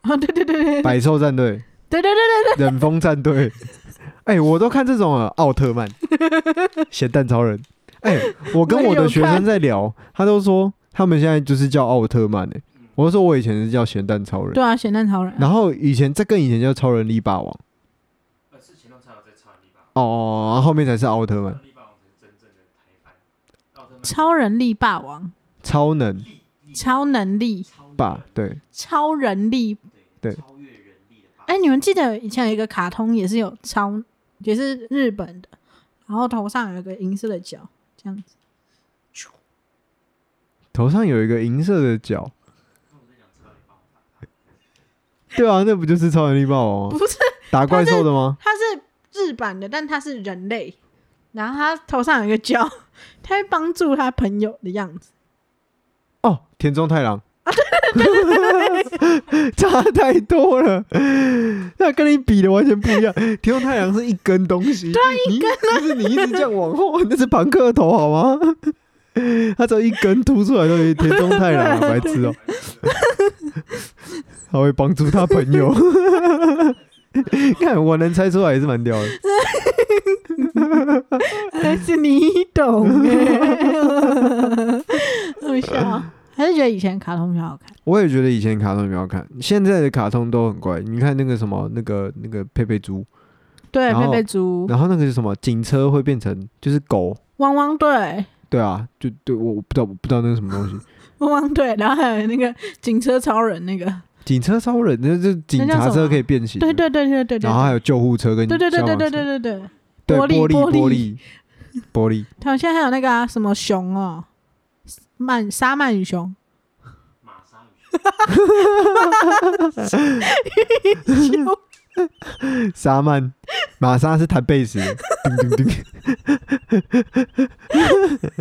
Speaker 2: 啊，对对对对对
Speaker 1: 百兽战 队、
Speaker 2: 对对对，
Speaker 1: 忍风战队，哎，我都看这种了，奥特 曼、咸蛋超人，哎，我跟我的学生在聊，他都说他们现在就是叫奥特曼，哎，我就说我以前是叫咸蛋超人，
Speaker 2: 对啊，咸蛋超人啊，
Speaker 1: 然后以前再更以前叫超人力霸王，
Speaker 3: 呃，是前段才有在唱力霸
Speaker 1: 哦哦，哦然后后面才是奥特曼
Speaker 3: 王，，力霸王才是真正的台版。奥特曼
Speaker 2: 超人力霸王，
Speaker 1: 超能
Speaker 2: 超能力，
Speaker 3: 超人
Speaker 1: 霸，对，
Speaker 2: 超人力。
Speaker 1: 对
Speaker 3: 超越人力的霸
Speaker 2: 哎，你们记得以前有一个卡通也是有超，也是日本的，然后头上有一个银色的角，这样子。
Speaker 1: 头上有一个银色的角。对啊，那不就是超能力霸王吗？
Speaker 2: 不是，
Speaker 1: 打怪兽的吗？
Speaker 2: 它是日版的，但它是人类，然后它头上有一个角， 它会帮助他朋友的样子。
Speaker 1: 哦，田中太郎， 差太多了，那跟你比的完全不一样。田中太郎是一根东西，对、一根、不是你一直这样往后，那是庞克头好吗？它只要一根凸出来都有田中太郎、啊，白痴哦、他会帮助他朋友。 看我能猜出来也是蛮屌的。
Speaker 2: 还是你懂哎、 好笑。还是觉得以前卡通比较好看。
Speaker 1: 我也觉得以前卡通比较好看，现在的卡通都很怪。你看那个什么，那个那个佩佩猪，
Speaker 2: 对，
Speaker 1: 然后
Speaker 2: 佩佩猪、
Speaker 1: 然后那个是什么警车会变成就是狗，
Speaker 2: 汪汪队、
Speaker 1: 对啊，就对我我不知道我不知道那是什么东 西，
Speaker 2: 汪汪队，然后还有那个警车超人那个，
Speaker 1: 警车超人，那就警察车可以变形，
Speaker 2: 对对对对对对，
Speaker 1: 然后还有救护车跟
Speaker 2: 对对对对
Speaker 1: 消
Speaker 2: 对
Speaker 1: 防车
Speaker 2: 对对对，
Speaker 1: 对
Speaker 2: 玻璃
Speaker 1: 玻璃
Speaker 2: 玻
Speaker 1: 玻璃玻璃
Speaker 2: 他们现在还有那个啊，什么熊哦，鳗沙鳗鱼熊，
Speaker 3: 马鲨鱼。
Speaker 1: 沙曼玛莎是弹贝 斯的，叮叮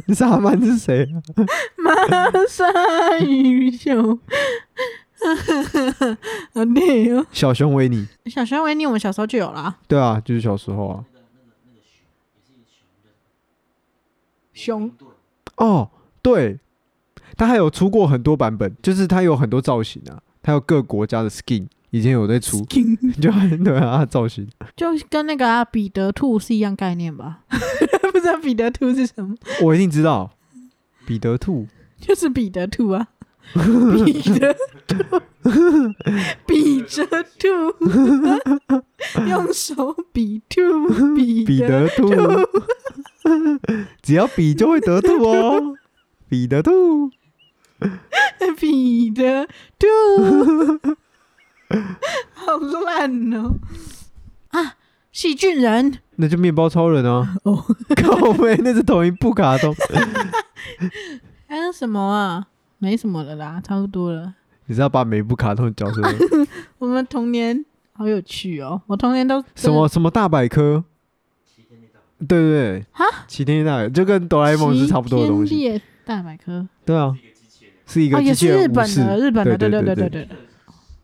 Speaker 1: 叮，沙曼是谁啊？
Speaker 2: 马鲨鱼 熊，好累哦。
Speaker 1: 小熊维尼，
Speaker 2: 小熊维尼我们小时候就有啦，
Speaker 1: 对啊，就是小时候啊，
Speaker 2: 熊
Speaker 1: 哦，对，它还有出过很多版本，就是它有很多造型啊，它有各国家的 skin，以前有在出，就很对啊，它的造型。
Speaker 2: 就跟那个、啊、彼得兔是一样概念吧？ 不知道彼得兔是什么，
Speaker 1: 我一定知道，彼得兔，
Speaker 2: 就是彼得兔啊，彼得兔，彼得兔，用手比兔，
Speaker 1: 彼
Speaker 2: 彼得
Speaker 1: 得兔，只要比就会得兔哦，彼得兔，
Speaker 2: 彼得兔，好烂哦！啊，细菌人
Speaker 1: 那就面包超人啊，
Speaker 2: 哦，
Speaker 1: 靠背那是同一部卡通，
Speaker 2: 还有什么啊？没什么了啦，差不多了。
Speaker 1: 你是要把每一部卡通的角色
Speaker 2: 我们童年好有趣哦，我童年都
Speaker 1: 什么什么大百科，对对对，齐天大百科就跟哆啦 A 梦是差不多的东
Speaker 2: 奇
Speaker 1: 西，
Speaker 2: 天烈大百科
Speaker 1: 对啊，是一
Speaker 2: 哦，
Speaker 1: 个
Speaker 2: 也
Speaker 1: 机器
Speaker 2: 是日
Speaker 1: 人武
Speaker 2: 本
Speaker 1: 士，
Speaker 2: 的，日本的，
Speaker 1: 对
Speaker 2: 对
Speaker 1: 对
Speaker 2: 对
Speaker 1: 对
Speaker 2: 对。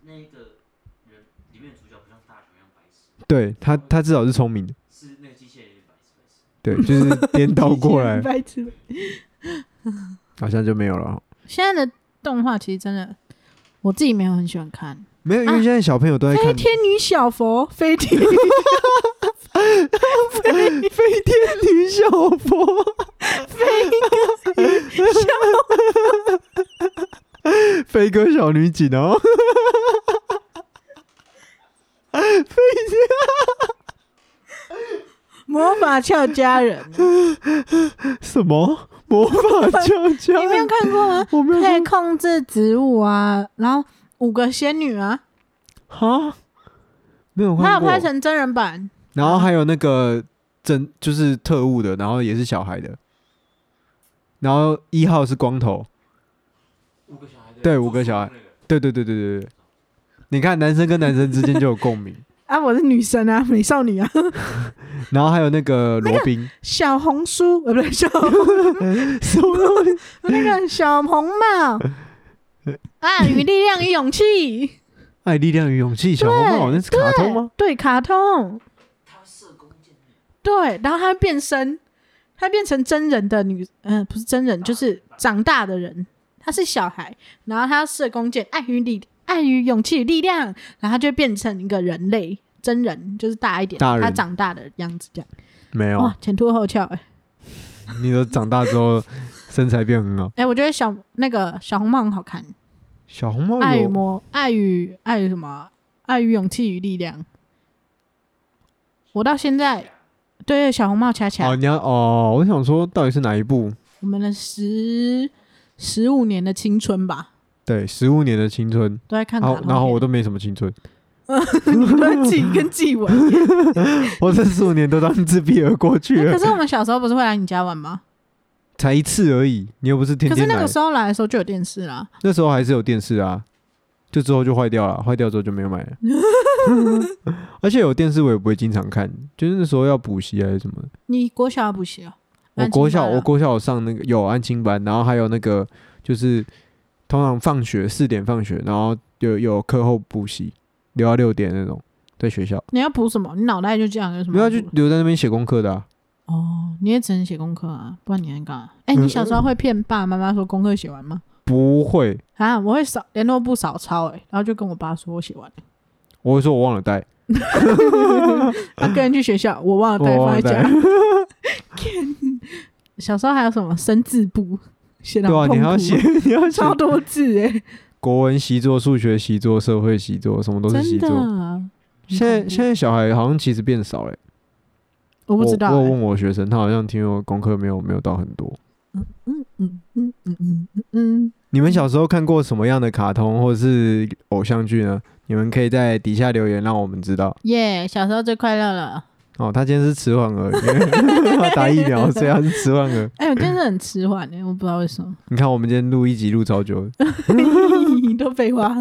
Speaker 3: 那一个人里面的主角不像大雄一样白痴，
Speaker 1: 对他他至少是聪明的，
Speaker 3: 是那个机器人也白痴白痴。
Speaker 1: 对，就是颠倒过 来，
Speaker 2: 白痴。
Speaker 1: 好像就没有了，
Speaker 2: 现在的动画其实真的，我自己没有很喜欢看。
Speaker 1: 没有，因为现在小朋友都在
Speaker 2: 飞
Speaker 1: 看
Speaker 2: 天女小佛，飞天，
Speaker 1: 飞天女小佛， 飞哥小女警哦，
Speaker 2: 魔法俏 佳人，啊
Speaker 1: 啊什么魔法教家？
Speaker 2: 你没有看过吗？
Speaker 1: 我没有
Speaker 2: 可以
Speaker 1: 看
Speaker 2: 控制植物啊，然后五个仙女啊，
Speaker 1: 哈，没有
Speaker 2: 它
Speaker 1: 看
Speaker 2: 有
Speaker 1: 过
Speaker 2: 拍。成真人版，
Speaker 1: 然后还有那个真就是特务的，然后也是小孩的，然后一号是光头，
Speaker 3: 五个小孩的，
Speaker 1: 对五个小孩
Speaker 3: 那个
Speaker 1: 对对对对对对。你看男生跟男生之间就有共鸣，
Speaker 2: 啊，我是女神啊，美少女啊，
Speaker 1: 然后还有那个罗宾，
Speaker 2: 小红书呃，不 对，小
Speaker 1: 什么东西
Speaker 2: 那个小红 帽啊，与力量与勇气，
Speaker 1: 爱哎力量与勇气小红帽，
Speaker 2: 对
Speaker 1: 那是卡通吗？
Speaker 2: 对，卡通，
Speaker 3: 他会射弓箭的，
Speaker 2: 对，然后她变身，她变成真人的女，嗯、不是真
Speaker 3: 啊
Speaker 2: 人，就是长大的人，她是小孩，然后她射弓箭，爱与力，爱与勇气与力量，然后她就变成一个人类真人，就是大一点，
Speaker 1: 大人
Speaker 2: 她长大的样子，这样
Speaker 1: 没有，
Speaker 2: 哇，前凸后翘、欸，哎、
Speaker 1: 你都长大之后身材变很好。
Speaker 2: 哎我觉得小那个小红帽很好看，
Speaker 1: 小红帽
Speaker 2: 爱与
Speaker 1: 哦有
Speaker 2: 魔，爱与爱与什么？爱与勇气与力量。我到现在对小红帽恰恰，
Speaker 1: 哦，你要哦，我想说到底是哪一部？
Speaker 2: 我们的十十五年的青春吧，
Speaker 1: 对，十五年的青春，
Speaker 2: 都在看卡
Speaker 1: 好，
Speaker 2: 通
Speaker 1: 然后我 都
Speaker 2: 都
Speaker 1: 没什么青春，
Speaker 2: 都 在记跟记尾。
Speaker 1: 我这十五年都当自闭而过去
Speaker 2: 可
Speaker 1: 了，
Speaker 2: 是我们小时候不是会来你家玩吗？
Speaker 1: 才一次而已。你又不是天
Speaker 2: 可是
Speaker 1: 天
Speaker 2: 那
Speaker 1: 来
Speaker 2: 个，时候来的时候就有电视啊啦，
Speaker 1: 那时候还是有电视啊，就之后就坏掉了，坏掉之后就没有买 了。而且有电视我也不会经常看，就是那时候要补习还是什么的。
Speaker 2: 你国小要补习哦。
Speaker 1: 我
Speaker 2: 安
Speaker 1: 国
Speaker 2: 亲
Speaker 1: 小
Speaker 2: 班
Speaker 1: 我
Speaker 2: 啊
Speaker 1: 国小有上那个有安亲班，然后还有那个就是通常放学四点放学，然后有有课后补习，留到六点那种，在学校
Speaker 2: 你要补什么？你脑袋就这样，有什么
Speaker 1: 没有啊
Speaker 2: 好
Speaker 1: 就
Speaker 2: 补的？
Speaker 1: 留在那边写功课的、啊，
Speaker 2: 哦，你也只能写功课啊，不然你能干嘛？哎、你小时候会骗爸爸妈妈说功课写完吗？
Speaker 1: 不会，
Speaker 2: 啊，我会扫联络簿扫抄哎、然后就跟我爸说我 写完了，
Speaker 1: 我会说我忘了带，
Speaker 2: 他啊个人去学校，我忘了啊带
Speaker 1: 我忘
Speaker 2: 放
Speaker 1: 了
Speaker 2: 在
Speaker 1: 带
Speaker 2: 家。看小时候还有什么生字簿，写到
Speaker 1: 对啊，你还要
Speaker 2: 痛苦
Speaker 1: 写， 你要写
Speaker 2: 超多字哎、
Speaker 1: 国文习作、数学习作、社会习作，什么都是习
Speaker 2: 真的
Speaker 1: 作。
Speaker 2: 啊。
Speaker 1: 现在现
Speaker 2: 在
Speaker 1: 在小孩好像其实变少了、欸
Speaker 2: 我不知道、
Speaker 1: 我我有
Speaker 2: 欸，
Speaker 1: 问我学生，他好像听说功课没有没有到很多。
Speaker 2: 嗯嗯嗯嗯嗯嗯嗯，
Speaker 1: 你们小时候看过什么样的卡通或者是偶像剧呢？你们可以在底下留言让我们知道。
Speaker 2: 耶、小时候最快乐了。
Speaker 1: 哦，他今天是迟缓儿， 因为打疫苗，所以他是迟缓儿。
Speaker 2: 哎、我真的很迟缓哎，我不知道为 什么，
Speaker 1: 你看，我们今天录一集录超久的，
Speaker 2: 都废话。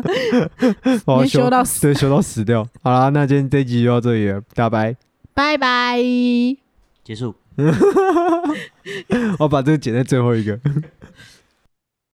Speaker 1: 我要
Speaker 2: 你修到死
Speaker 1: 对，哦修到死掉。好啦，那今天这集就到这里了，大家拜。
Speaker 2: 拜拜。
Speaker 4: 结束。
Speaker 1: 哦我把这个剪在最后一个。